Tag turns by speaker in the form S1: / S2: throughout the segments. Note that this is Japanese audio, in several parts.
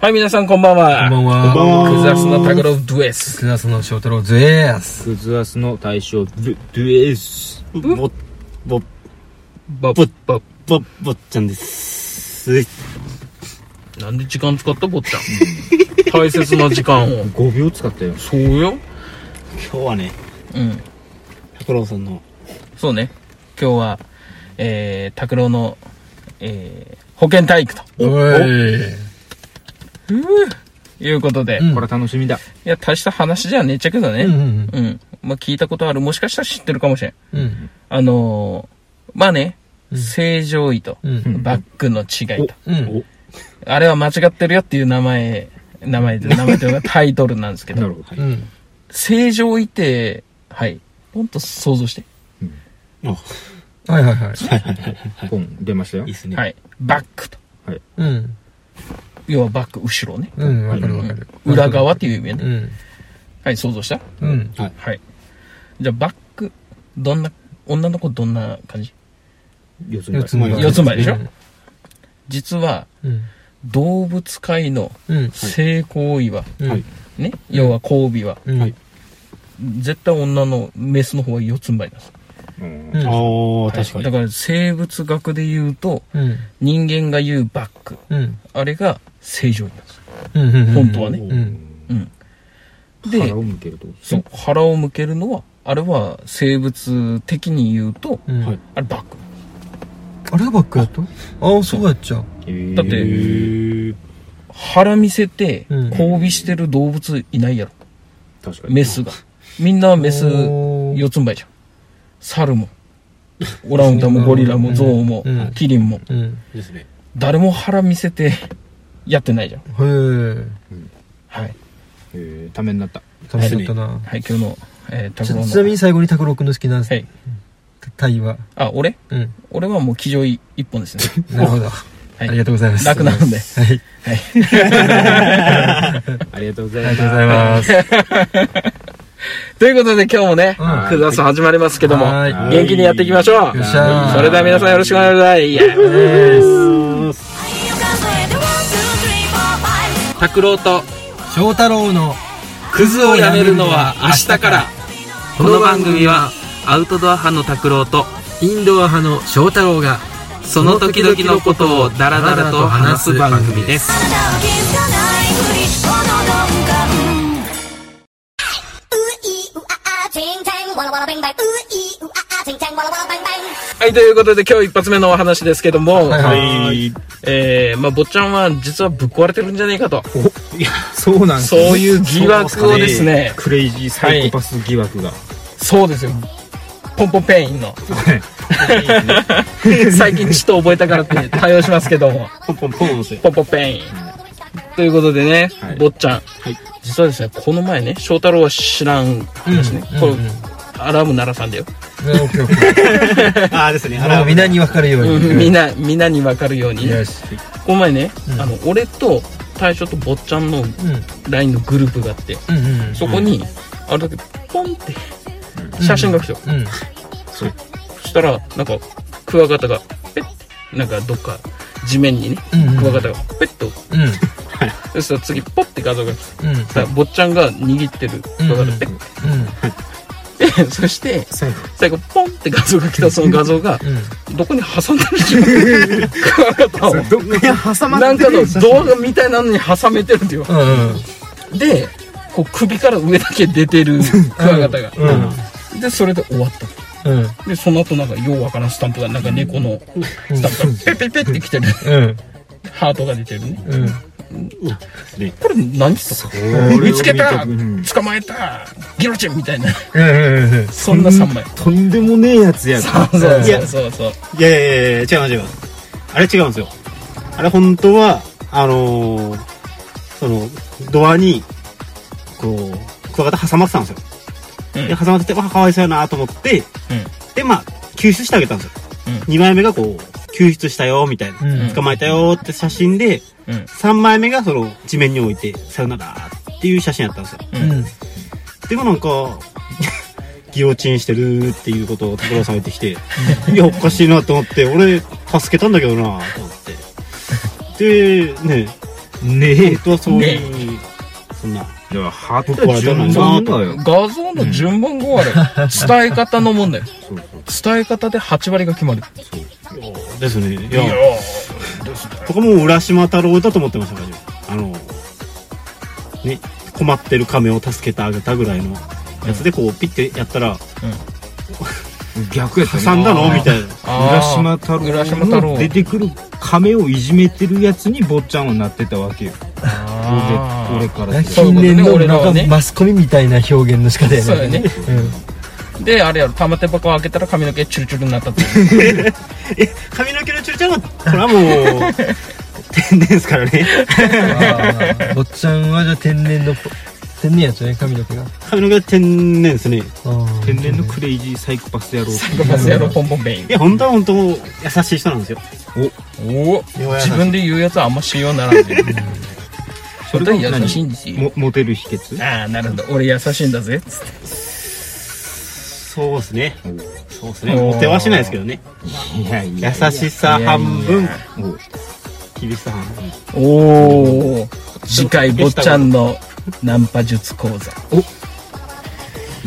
S1: はい、皆さんこんばんは。
S2: こんばんはこんばんは
S1: クザスのタグロフドゥエス。
S2: クラスの翔太郎ズエース。
S3: クズアスの大将、ブ、ドゥエース、ぼ、ぼ、
S1: バッバ
S3: ぼ、ぼっちゃんです。
S1: ッ。なんで時間使った坊ちゃ ん。大切な時間を。
S3: 5秒使ったよ。
S1: そうよ。
S3: 今日はね、
S1: うん。
S3: タクロウさんの、
S1: そうね。今日は、えー、拓郎の、えー、保健体育と。
S2: おい。
S1: いうことで、
S2: うん
S3: これ楽しみだ。
S1: いや、大した話じゃねえっちゃけどね。
S2: うんうん
S1: うん。まあ、聞いたことある。もしかしたら知ってるかもしれん。
S2: うん。
S1: あのー、まあね、正常位と、
S2: うん
S1: バックの違いと。
S2: うん。
S1: あれは間違ってるよっていう名前、名前で、名前というかタイトルなんですけ
S3: な
S1: ど、
S3: るほど。
S2: う
S3: はい。
S2: ん。
S1: 正常位って、はい。ほんと想像して。
S3: あ、
S2: はいはいはい。
S3: ポン、出ましたよ
S4: いい。っすね。
S1: はい。バックと。
S2: うん。
S1: 要はバック、後ろね。
S2: うん、わかるわかる。
S1: 裏側っていう意味
S2: う
S1: ね。
S2: ん。
S1: はい、想像した
S2: うん。
S1: はい。じゃあ、バック、どんな、女の子どんな感じ
S3: 四つ
S2: 四つ
S3: 目
S2: 葉。
S1: 四つ前でしょ実は、
S2: うん。
S1: 動物界の
S2: うん。
S1: 性行為は、
S2: うん。
S1: ね、要は交尾は、
S2: うん。
S4: はい
S1: 絶対女のメスの方は四つん這いなんです。
S3: うん
S2: う
S4: あ
S2: ん。
S4: ー、確か
S1: だ
S4: に。
S1: から生物学で言うと、
S2: うん。
S1: 人間が言うバック、
S2: うん。
S1: あれが正常位なんです。
S2: うん。
S1: 本当はね。
S2: うん
S1: うん。で
S3: 腹を、向けると。
S1: そう、腹を向けるのは、あれは生物的に言うと、
S2: うん。
S4: はい
S1: あれバック。
S2: あれバックやったああ、そうやっちゃう。
S3: えー
S1: だって
S4: へー。
S1: 腹見せて
S2: うん
S1: 交尾してる動物いないやろ。
S3: 確かに。
S1: メスが。みんなメス
S2: おー
S1: 四つん這いじゃん。猿も、オランウータンもゴリラもゾウも
S2: うん、
S1: キリンも、
S2: うん。
S4: ですね。
S1: 誰も腹見せてやってないじゃん。
S2: へえ。
S1: はい。
S3: えーためになった。
S2: 楽しかったな。
S1: はい、今日の、えー、タ
S2: ち
S1: グロ
S2: ょ
S1: の。
S2: ちなみに最後に拓郎くんの好きな
S1: はい。
S2: 対話。
S1: あ、俺
S2: うん。
S1: 俺はもう、騎乗位一本ですね。
S2: なるほど。
S1: は
S2: ありが
S1: い。
S2: とうございます。
S1: 楽なので。
S2: はい。あり
S1: はい。
S3: ありがとうござい
S2: が
S3: ます
S2: とうございます。
S1: ということで今日もね、
S2: うん
S1: クザス始まりますけども、
S2: はい
S1: 元気にやっていきましょう。
S2: よっしゃー
S1: それでは皆さんよろしくお願いくださいイエーイ。拓郎と
S2: 翔太郎の
S1: クズを
S2: やめるのは明日からこの番組
S1: はアウトドア派の拓郎と
S2: インドア派の翔太郎が
S1: そ
S2: の時々のことをダラダラと話す番組です
S1: はいということで今日一発目のお話ですけども、
S2: はいはい
S3: はい。
S1: えー、まあ坊ちゃんは実はぶっ壊れてるんじゃねえかと
S3: いや、そうなん
S1: そういう疑惑をですね
S3: クレイジーサイコパス疑惑が。
S1: そうですよポンポンペインの 最近ちょっと覚えたからって対応しますけども
S3: ポンポンポン押せ。
S1: ポンポンペインということでね、
S3: はい
S1: 坊ちゃん、実はですねこの前ね翔太郎は知らん話ね、
S2: うん
S1: これ、
S2: うんうん
S1: アラーム鳴らさんだよ
S2: ねオッケーオッケ
S4: あーですね。
S2: ー
S4: あ
S2: もう
S4: ら、
S2: 皆に分かるように
S1: みんな、みんなにわかるようにね。
S2: よし
S1: この前ね、あの、俺と大将と坊ちゃんの
S2: うん
S1: LINE のグループがあって、
S2: うんうん
S1: そこに、あれだけ、ポンって、写真が来たよ。
S2: うん
S1: そしたら、なんか、クワガタが、ペッて、なんかどっか、地面にね、
S2: うんうん
S1: クワガタが、ペッと、
S2: うん
S1: そしたら次、ポッて画像が来た。
S2: うん
S1: そしたら、坊ちゃんが握ってるクワガタ、ペッ
S2: うん
S1: て、そして、最後、ポンって画像が来た、その画像が、
S2: うん
S1: どこに挟んでるじゃん。 クワガタを。
S3: どっかに挟ま
S1: なん
S3: って
S1: か
S3: る
S1: の動画みたいなのに挟めてるんだよ。
S2: うんうん
S1: で、こう首から上だけ出てるクワガタが。
S2: うん
S1: で、それで終わった。
S2: うん
S1: で、その後なんかようわからんスタンプが、なんか猫のスタンプがペッペッペッって来て る。
S2: うん
S1: ハートが出てるね。
S2: うん
S1: これ何ですか
S3: これ
S1: 見つけた
S3: うん
S1: 捕まえたギロチンみたいな。
S2: うんうん
S1: そんな3枚。
S3: とんでもねえやつやな
S1: そうそう
S4: いや
S1: そうそう。
S4: いやいやいや、違う違う。あれ違うんですよ。あれ本当は、あのー、その、ドアに、こう、クワガタ挟まってたんですよ。
S1: うん
S4: で、挟まってて、わ、かわいそうやなと思って、で、まあ、救出してあげたんですよ。
S1: うん
S4: 2枚目がこう、救出したよ、みたいな。
S2: うん
S4: 捕まえたよって写真で、
S1: うん。うん。
S4: 3枚目がその、地面に置いて、さよならっていう写真やったんですよ。
S2: うん
S4: でもなんか、ギオチンしてるっていうことを拓郎さん言ってきて、いや、おかしいなと思って、俺、助けたんだけどなと思って。で、ね、
S3: ねえ
S4: 本。当はそういう、そんな。
S3: では、はと順番だよ。
S1: 画像の順番があれ、伝え方の問題。
S3: そうそう
S1: 伝え方で8割が決まる。
S3: そう。
S4: ですね。い
S1: いや
S4: や、
S1: ーですね
S4: 僕はもう浦島太郎だと思ってましたから、あの、ね、困ってる亀を助けてあげたぐらいのやつで、こう、ピッてやったら、
S3: 逆やったね
S4: 挟んだのみたいな。
S1: あー
S3: 浦島太
S1: 浦島太
S3: 郎
S1: 郎
S3: の出てくる亀をいじめてるやつに坊ちゃんはなってたわけよ。
S1: あー
S3: 俺からす
S1: そう
S3: る
S1: いうことね
S5: 近年の
S1: 俺ら
S5: な
S1: は
S5: ん
S1: ね
S5: かマスコミみたいな表現の仕方や
S1: そうやね
S5: うん
S1: であれやろ玉手箱を開けたら髪の毛チュルチュルになったって
S4: え、髪の毛のチュルチュルは、これはもう、天然ですからね。
S5: あー坊ちゃんはじゃあ天然のぽ天然やつね髪の毛が
S4: 髪の毛は天然ですね。い
S3: 天然のクレイジーサイコパス野郎って
S1: バス野郎ポンポンベイン
S4: や、本当は本当、優しい人なんですよ。
S1: おお自分で言うやつはあんま信用ならんね
S3: そ
S1: 本当
S3: れが
S1: に優
S3: 何
S1: しいんですよ
S3: もモテる秘訣
S1: ああなるほど俺優しいんだぜつって
S4: そうですね。そうですね。
S1: おー
S4: モテはしないですけどね。
S3: いやい
S4: 優しさ半分、
S3: もう
S4: 厳しさ半分。
S1: おお次回坊ちゃんのナンパ術講座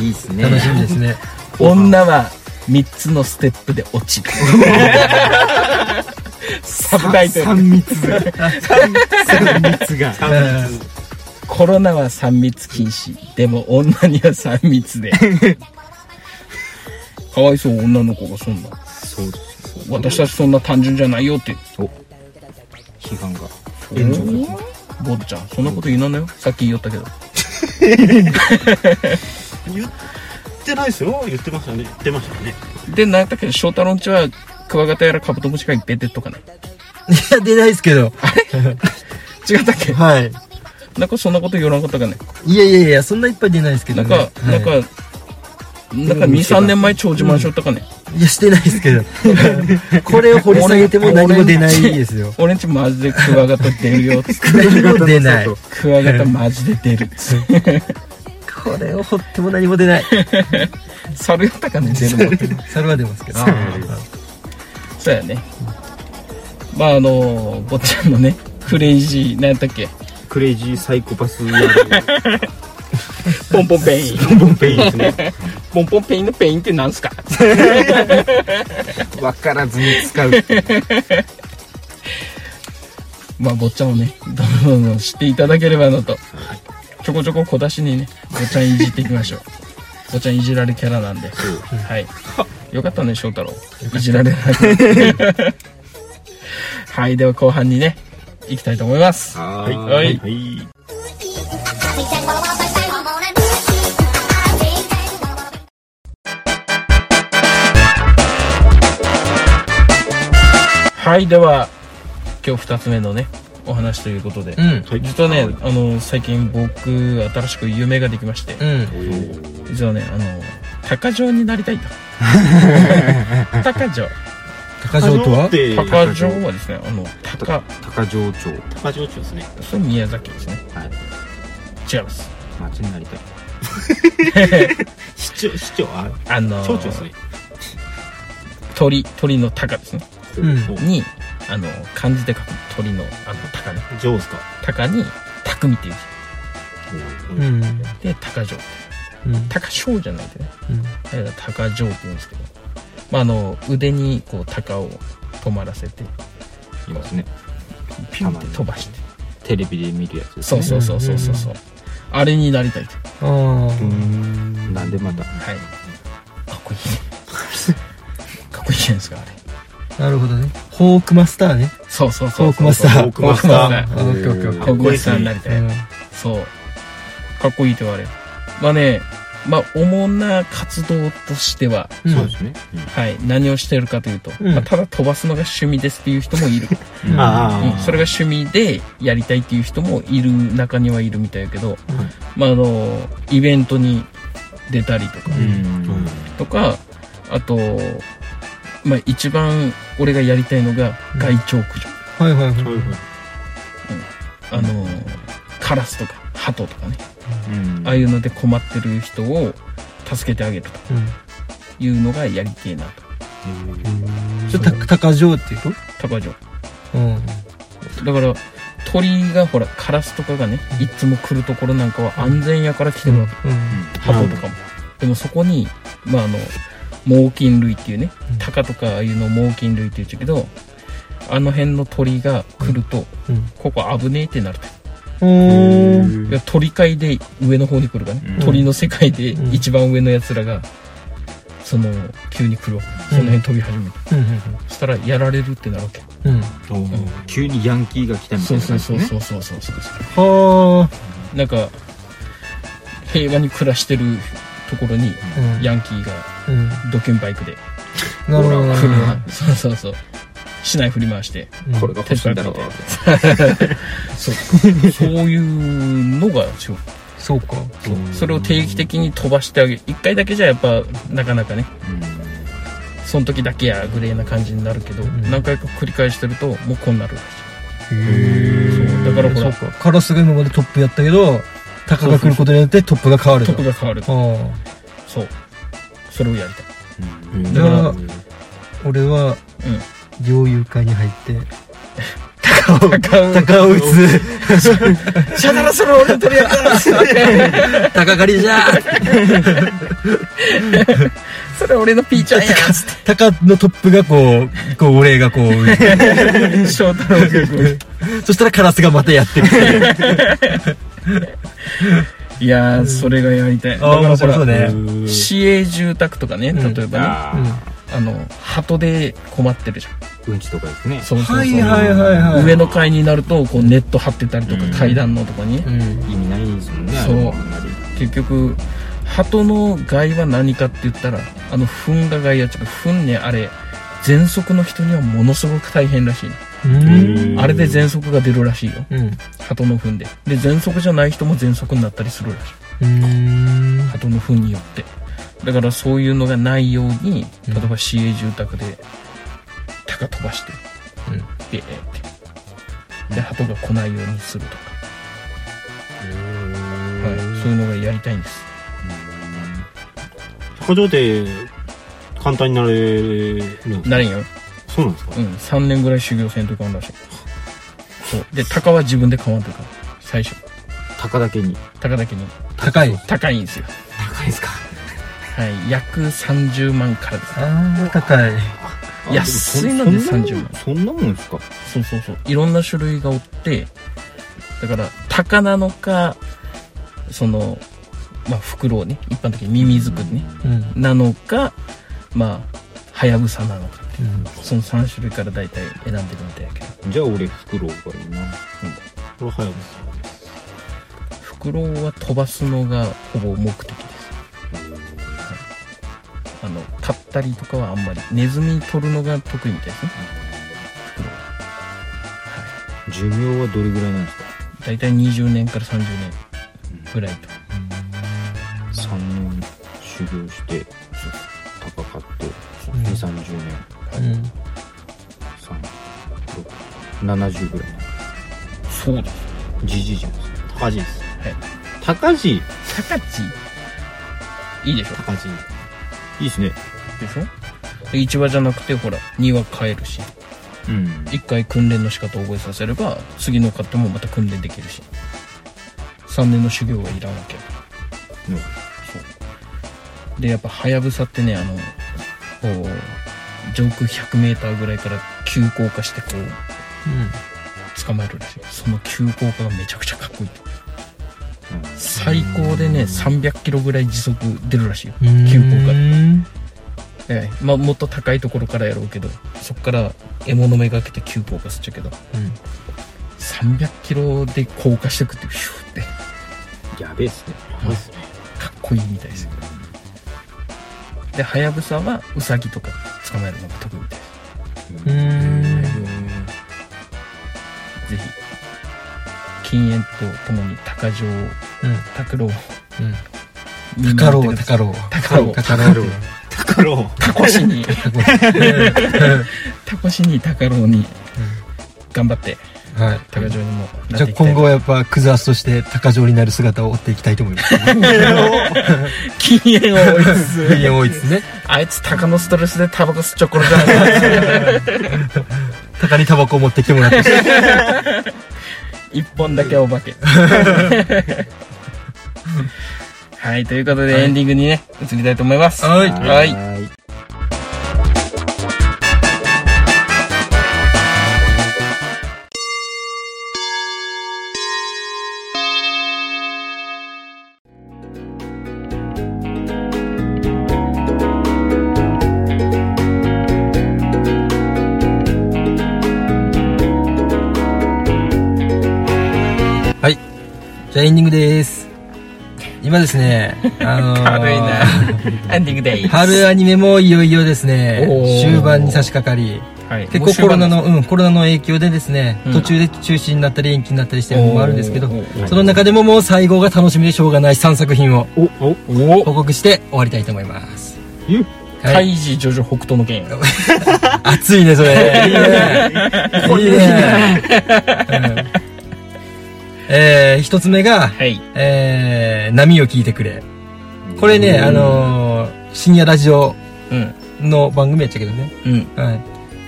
S3: いいっすね
S5: 楽しみですね
S1: 女は3つのステップで落 ちるサブタイトル
S3: 三密
S4: 蜜が。三密
S1: コロナは3密禁止でも女には3密 でかわいそう女の子がそんな
S3: そう
S1: 私たちそんな単純じゃないよって
S3: 批判が
S1: 炎上ボッちゃんそんなこと言いなのよさっき言いよったけど
S4: 言ってないですよ。言ってましたね。言ってましたね。
S1: で何やったっけ翔太郎んちはクワガタやらカブトムシがいっぺん出てっと かない
S5: いや出ないですけど
S1: 違ったっけ
S5: はい
S1: なんかそんなこと言わなかったかね
S5: いやいやいやそんないっぱい出ないですけ
S1: な
S5: ど
S1: ん
S5: ね
S1: か、
S5: は
S1: ないんかなんか23年前長寿マンションとかね、
S5: いやしてないです けどこれを掘り下げても何も出ないですよ
S1: 俺んちマジでクワガタ出るよっつって
S5: 何も出ない
S1: クワガタマジで出るっ つって
S5: これを掘っても何も出ない
S1: 猿やったかね出るの
S5: 猿は出ますけど
S1: そうやねまああの坊ちゃんのねクレイジーなんやったっけ
S3: クレイジーサイコパス野郎
S1: ポンポンペイン
S4: ボンペインですね。
S1: ポンポンペインのペインってなんすか
S3: 分からずに使う
S1: まあ坊ちゃんをねどんどん知っていただければなとちょこちょこ小出しにね坊ちゃんいじっていきま しょう坊ちゃんいじられキャラなんではいよかったね翔太郎いじられなくてはいでは後半にね行きたいと思います
S3: は
S1: はいい
S4: はい。
S1: はいでは今日2つ目のねお話ということで、
S5: うん
S1: 実はね、あの最近僕新しく夢ができまして、
S5: うん
S1: 実はねあの鷹匠になりた いと鷹匠
S5: 高城とは
S4: って
S1: 鷹匠はですねあの鷹
S3: 高城町
S4: 高城町ですね。
S1: それ宮崎ですね
S3: はい
S1: 違います
S3: 町になりたい
S4: 市長、市長、あ、
S1: あ の
S4: 町長ですね。
S1: 鳥鳥の鷹ですね
S5: うん
S4: お
S1: にあの漢字で書く鳥のあの鷹ね
S4: ジョーですか。
S1: 鷹に匠っていう
S5: うんうん
S1: 字で鷹匠鷹匠じゃないんでねあれが鷹匠って言うんですけど、まあ、あの腕にこう鷹を止まらせて
S3: いますね
S1: ピュンって飛ばして
S3: テレビで見るやつです
S1: そう
S3: ね
S1: そうそうそうそうそうあれになりたいと
S5: ああ
S3: なんでまた
S1: はい。かっこいいね。かっこいいじゃないですか、あれ。
S5: なるほどねフォークマスターね
S1: そうそう
S5: フ
S1: そ
S5: ォ
S1: う
S5: ーク
S1: そう。
S5: マスター
S4: フォークマスター
S5: フォークマスターあオッケーオッケーオッケ
S1: かっこいいさんになりたい。そう。かっこいいと言われる。まあね、まあ、主な活動としては、
S5: ー
S3: そうですね
S1: はい、何をしてるかというと、
S5: うん
S1: まあ、ただ飛ばすのが趣味ですっていう人も いる、
S3: うんうん
S4: あ
S1: うん、それが趣味でやりたいっていう人もいる中にはいるみたいやけど、まあ、あのイベントに出たりとか、
S3: うん
S1: とかあと、まあ、一番俺がやりたいのが外鳥駆除、
S5: はいはいはい
S1: あのカラスとかハトとかね
S3: うん
S1: ああいうので困ってる人を助けてあげると
S5: うん
S1: いうのがやりてえなと
S5: それた高城っていうと
S1: 高城
S5: うん
S1: だから鳥がほらカラスとかがねいつも来るところなんかは安全やから来てるわけ
S4: うん
S1: ハトとかもでもそこにまああの猛禽類っていうね
S5: うん
S1: タカとかああいうの猛禽類って言っちゃうけどあの辺の鳥が来ると、
S5: うん
S1: ここ危ねえってなると、
S5: うん。うん。
S1: いや鳥界で上の方に来るからね、
S5: うん
S1: 鳥の世界で
S5: うん
S1: 一番上のやつらがその急に来るわけその辺飛び始めて、そしたらやられるってなるわけ
S5: うん。うん。
S3: 急にヤンキーが来たみた
S1: そ
S3: いうな
S1: そ
S3: 感
S1: う
S3: じ
S1: そ
S3: で
S1: う
S3: す
S1: そう
S3: ね
S1: そうそうそう
S5: は
S1: なんか平和に暮らしてるところに
S5: あ。うん。
S1: ヤンキーが
S5: うん。
S1: ドキュンバイクで
S5: なるほどなるほ
S1: そうそうそう。市内振り回して。
S5: ど。
S3: これが欲しいんだろう
S1: そう。そういうのが違う。
S5: そうか。
S1: それを定期的に飛ばしてあげる。一回だけじゃやっぱ、なかなかね、その時だけや、グレーな感じになるけど、
S5: ん
S1: 何回か繰り返してると、もうこうなるらし
S5: へ
S1: いそうだからほら、
S5: そうか。カラスが今までトップやったけど、タカが来ることによってトップが変わる
S1: ト
S5: と。
S1: ップが変わると。
S5: あ
S1: そう。それをやり
S3: うん
S5: あ。
S1: だ
S5: だ
S1: か
S5: からら、俺は、猟友会に入って、
S1: たい。高
S5: 鷹を打つ。
S1: 尾、シャダラそれ俺の取り合いだ
S2: 高狩りじゃ
S1: それ俺のピーちゃんやつっ
S5: 鷹のトップがこう、こう、俺がこう、
S1: て。翔太郎君。
S5: そしたらカラスがまたやってくる。
S1: いやー、それがやりたい。だか
S5: ああ、
S1: ら
S5: 面
S1: ほ
S5: 白そう
S1: ら、
S5: ね。
S1: 市営住宅とかね、
S5: うん
S1: 例えばね、
S3: あ
S1: あの、鳩で困ってるじゃん。
S3: ーうんちとかですね
S1: そうそうそう。
S5: はいはいはいはい。
S1: 上の階になると、こうネット張ってたりとか、
S3: うん
S1: 階段のとかに。
S5: うん。
S3: 意味ないですもんね
S1: そう
S3: あれもあんまり
S1: 結局、鳩の害は何かって言ったら、あの、糞が害やっちゃう。糞ね、あれ、喘息の人にはものすごく大変らしいね、
S5: うん。
S1: あれで喘息が出るらしいよ。
S5: うん。
S1: 鳩の糞で。で、喘息じゃない人も喘息になったりするらしい。
S5: うん。
S1: 鳩の糞によって。だからそういうのがないように、
S5: うん
S1: 例えば市営住宅で、鷹飛ばして、
S5: うん
S1: ビーって。で、鳩が来ないようにするとか。はい。そういうのがやりたいんです。
S4: 高城って簡単になれるんですか
S1: なれんよ。
S4: そうなんですか
S1: うん。3年ぐらい修行せんといかんらしい。そう。で、鷹は自分で買わんといかん。最初。
S3: 鷹だけに
S1: 鷹だけに。
S5: 高い。
S1: 高いんですよ。
S3: 高いですか
S1: はい。約30万からです。
S5: ああ、高い。
S3: あ
S1: 安いの
S3: も
S1: で
S3: そんなもん
S1: 30万
S3: そんなもんですか
S1: そうそうそう。いろんな種類がおって、だから、鷹なのか、その、まあ、フクロウね、一般的にミミズクね、
S5: うん。
S1: なのか、まあ、ハヤブサなのかっていう、その3種類から大体選んでるみたいやけど、
S3: じゃあ俺フクロウがいいな
S4: これ早いで
S1: フクロウは飛ばすのがほぼ目的です。はいあの、飼ったりとかはあんまり、ネズミ取るのが得意みたいですね。
S3: 寿命はどれぐらいなんですか
S1: 大体20年から30年ぐらいと。
S3: 3年修行して高かって
S5: ん
S3: 2三3 0年
S5: うん。
S3: 370ぐらい
S1: そうです。
S3: じじいじゃん
S4: す高地です
S3: 高地い
S1: 高知いいでしょ
S4: 高地
S3: いですね
S1: でしょで一羽じゃなくてほら2羽飼えるし
S3: うん
S1: 1回訓練の仕方を覚えさせれば次の飼ってもまた訓練できるし3年の修行はいらんわけでやっぱハヤブサってねあのこう上空 100m ぐらいから急降下してこう捕まえるらしいその急降下がめちゃくちゃかっこいいと最高でね300キロぐらい時速出るらしいよ
S5: うん。
S1: 急降下
S5: 下。
S1: ええまあ、もっと高いところからやろうけどそっから獲物めがけて急降下すっちゃうけど、300キロで降下してくってヒューって
S3: やべえっすね
S1: かっこいいみたいですよでハヤブサはウサギとか捕まえるのが得意みたいで
S5: うん。
S1: すぜひ禁煙とともに鷹城
S5: う
S1: 拓郎を
S5: ん。
S1: 見
S5: 高
S1: 守っ
S5: 郎、
S1: てください
S5: 高
S1: 高郎
S5: 郎。高郎。
S4: 高郎
S1: タコシにタコシに高郎に頑張って
S5: はい。
S1: 鷹城にもな
S5: じ
S1: っ
S5: ゃあ
S1: ていきた
S5: 今
S1: い
S5: 後はやっぱクズアスとして高城になる姿を追っていきたいと思います。
S1: 禁煙を追いつ
S5: いや多いですね。
S1: あいつ鷹のストレスでタバコ吸っちゃこれじゃない
S5: 高にタバコを持ってきてもらって。
S1: 一本だけお化け。はい、ということでエンディングにね、移りたいと思います。
S5: はい
S1: はい。
S3: はい。
S5: じゃあエンディングです。今ですね、あ のー、
S1: 軽いな。エンディングでいい。
S5: 春アニメもいよいよですね
S1: おー
S5: 終盤に差し掛かり
S1: はい
S5: 結構コロナ。の、うん、コロナの影響でですね、
S1: うん
S5: 途中で中止になったり延期になったりしてるのもあるんですけど
S1: おー
S5: その中でももう最後が楽しみでしょうがない3作品を
S4: お、お、
S1: おー
S5: 報告して終わりたいと思います
S4: ゆ
S5: は
S1: カ
S5: い、
S1: イジジョジョ北斗の剣や。
S5: 熱いねそれいいねいいね、うんえー、一つ目が、
S1: はい。
S5: えー、波を聞いてくれこれねあのー深夜ラジオ
S1: うん。
S5: の番組やったけどね
S1: うん。
S5: はい、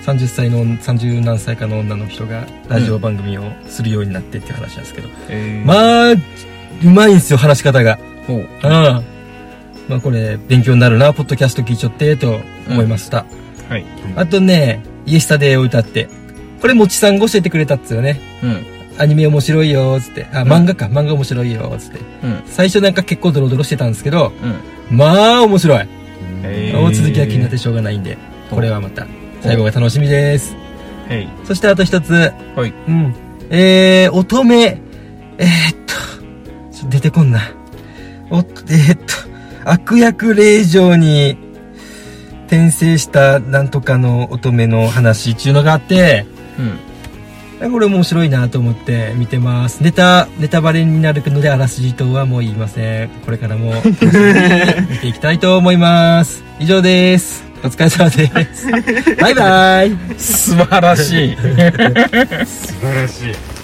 S5: 30歳の30何歳かの女の人がラジオ番組をするようになってっていう話なんですけど、
S1: えー、
S5: まあうまいんですよ話し方が
S1: ほう。
S5: うんまあこれ勉強になるなポッドキャスト聞いちょってと思いました、
S1: はい。
S5: あとね「イエスタデー」を歌ってこれもちさんが教えてくれたっつよね
S1: うん。
S5: アニメ面白いよーっつってあ漫画か、漫画面白いよーっつって
S1: うん。
S5: 最初なんか結構ドロドロしてたんですけど
S1: うん。
S5: まあ面白い、
S1: え
S5: お続きは気になってしょうがないんでこれはまた最後が楽しみです
S1: はい。
S5: そしてあと一つ。
S1: はい。
S5: うん。えー、乙女。えー、っと、ちょ出てこんな。おっと、えー、っと、悪役令嬢に転生したなんとかの乙女の話っていうのがあって、
S1: うん。
S5: これ面白いなと思って見てます。ネタ、ネタバレになるのであらすじとはもう言いません。これから も楽しみに見ていきたいと思います。以上です。お疲れ様です。バイバイ。
S1: 素晴らしい。
S4: 素晴らしい。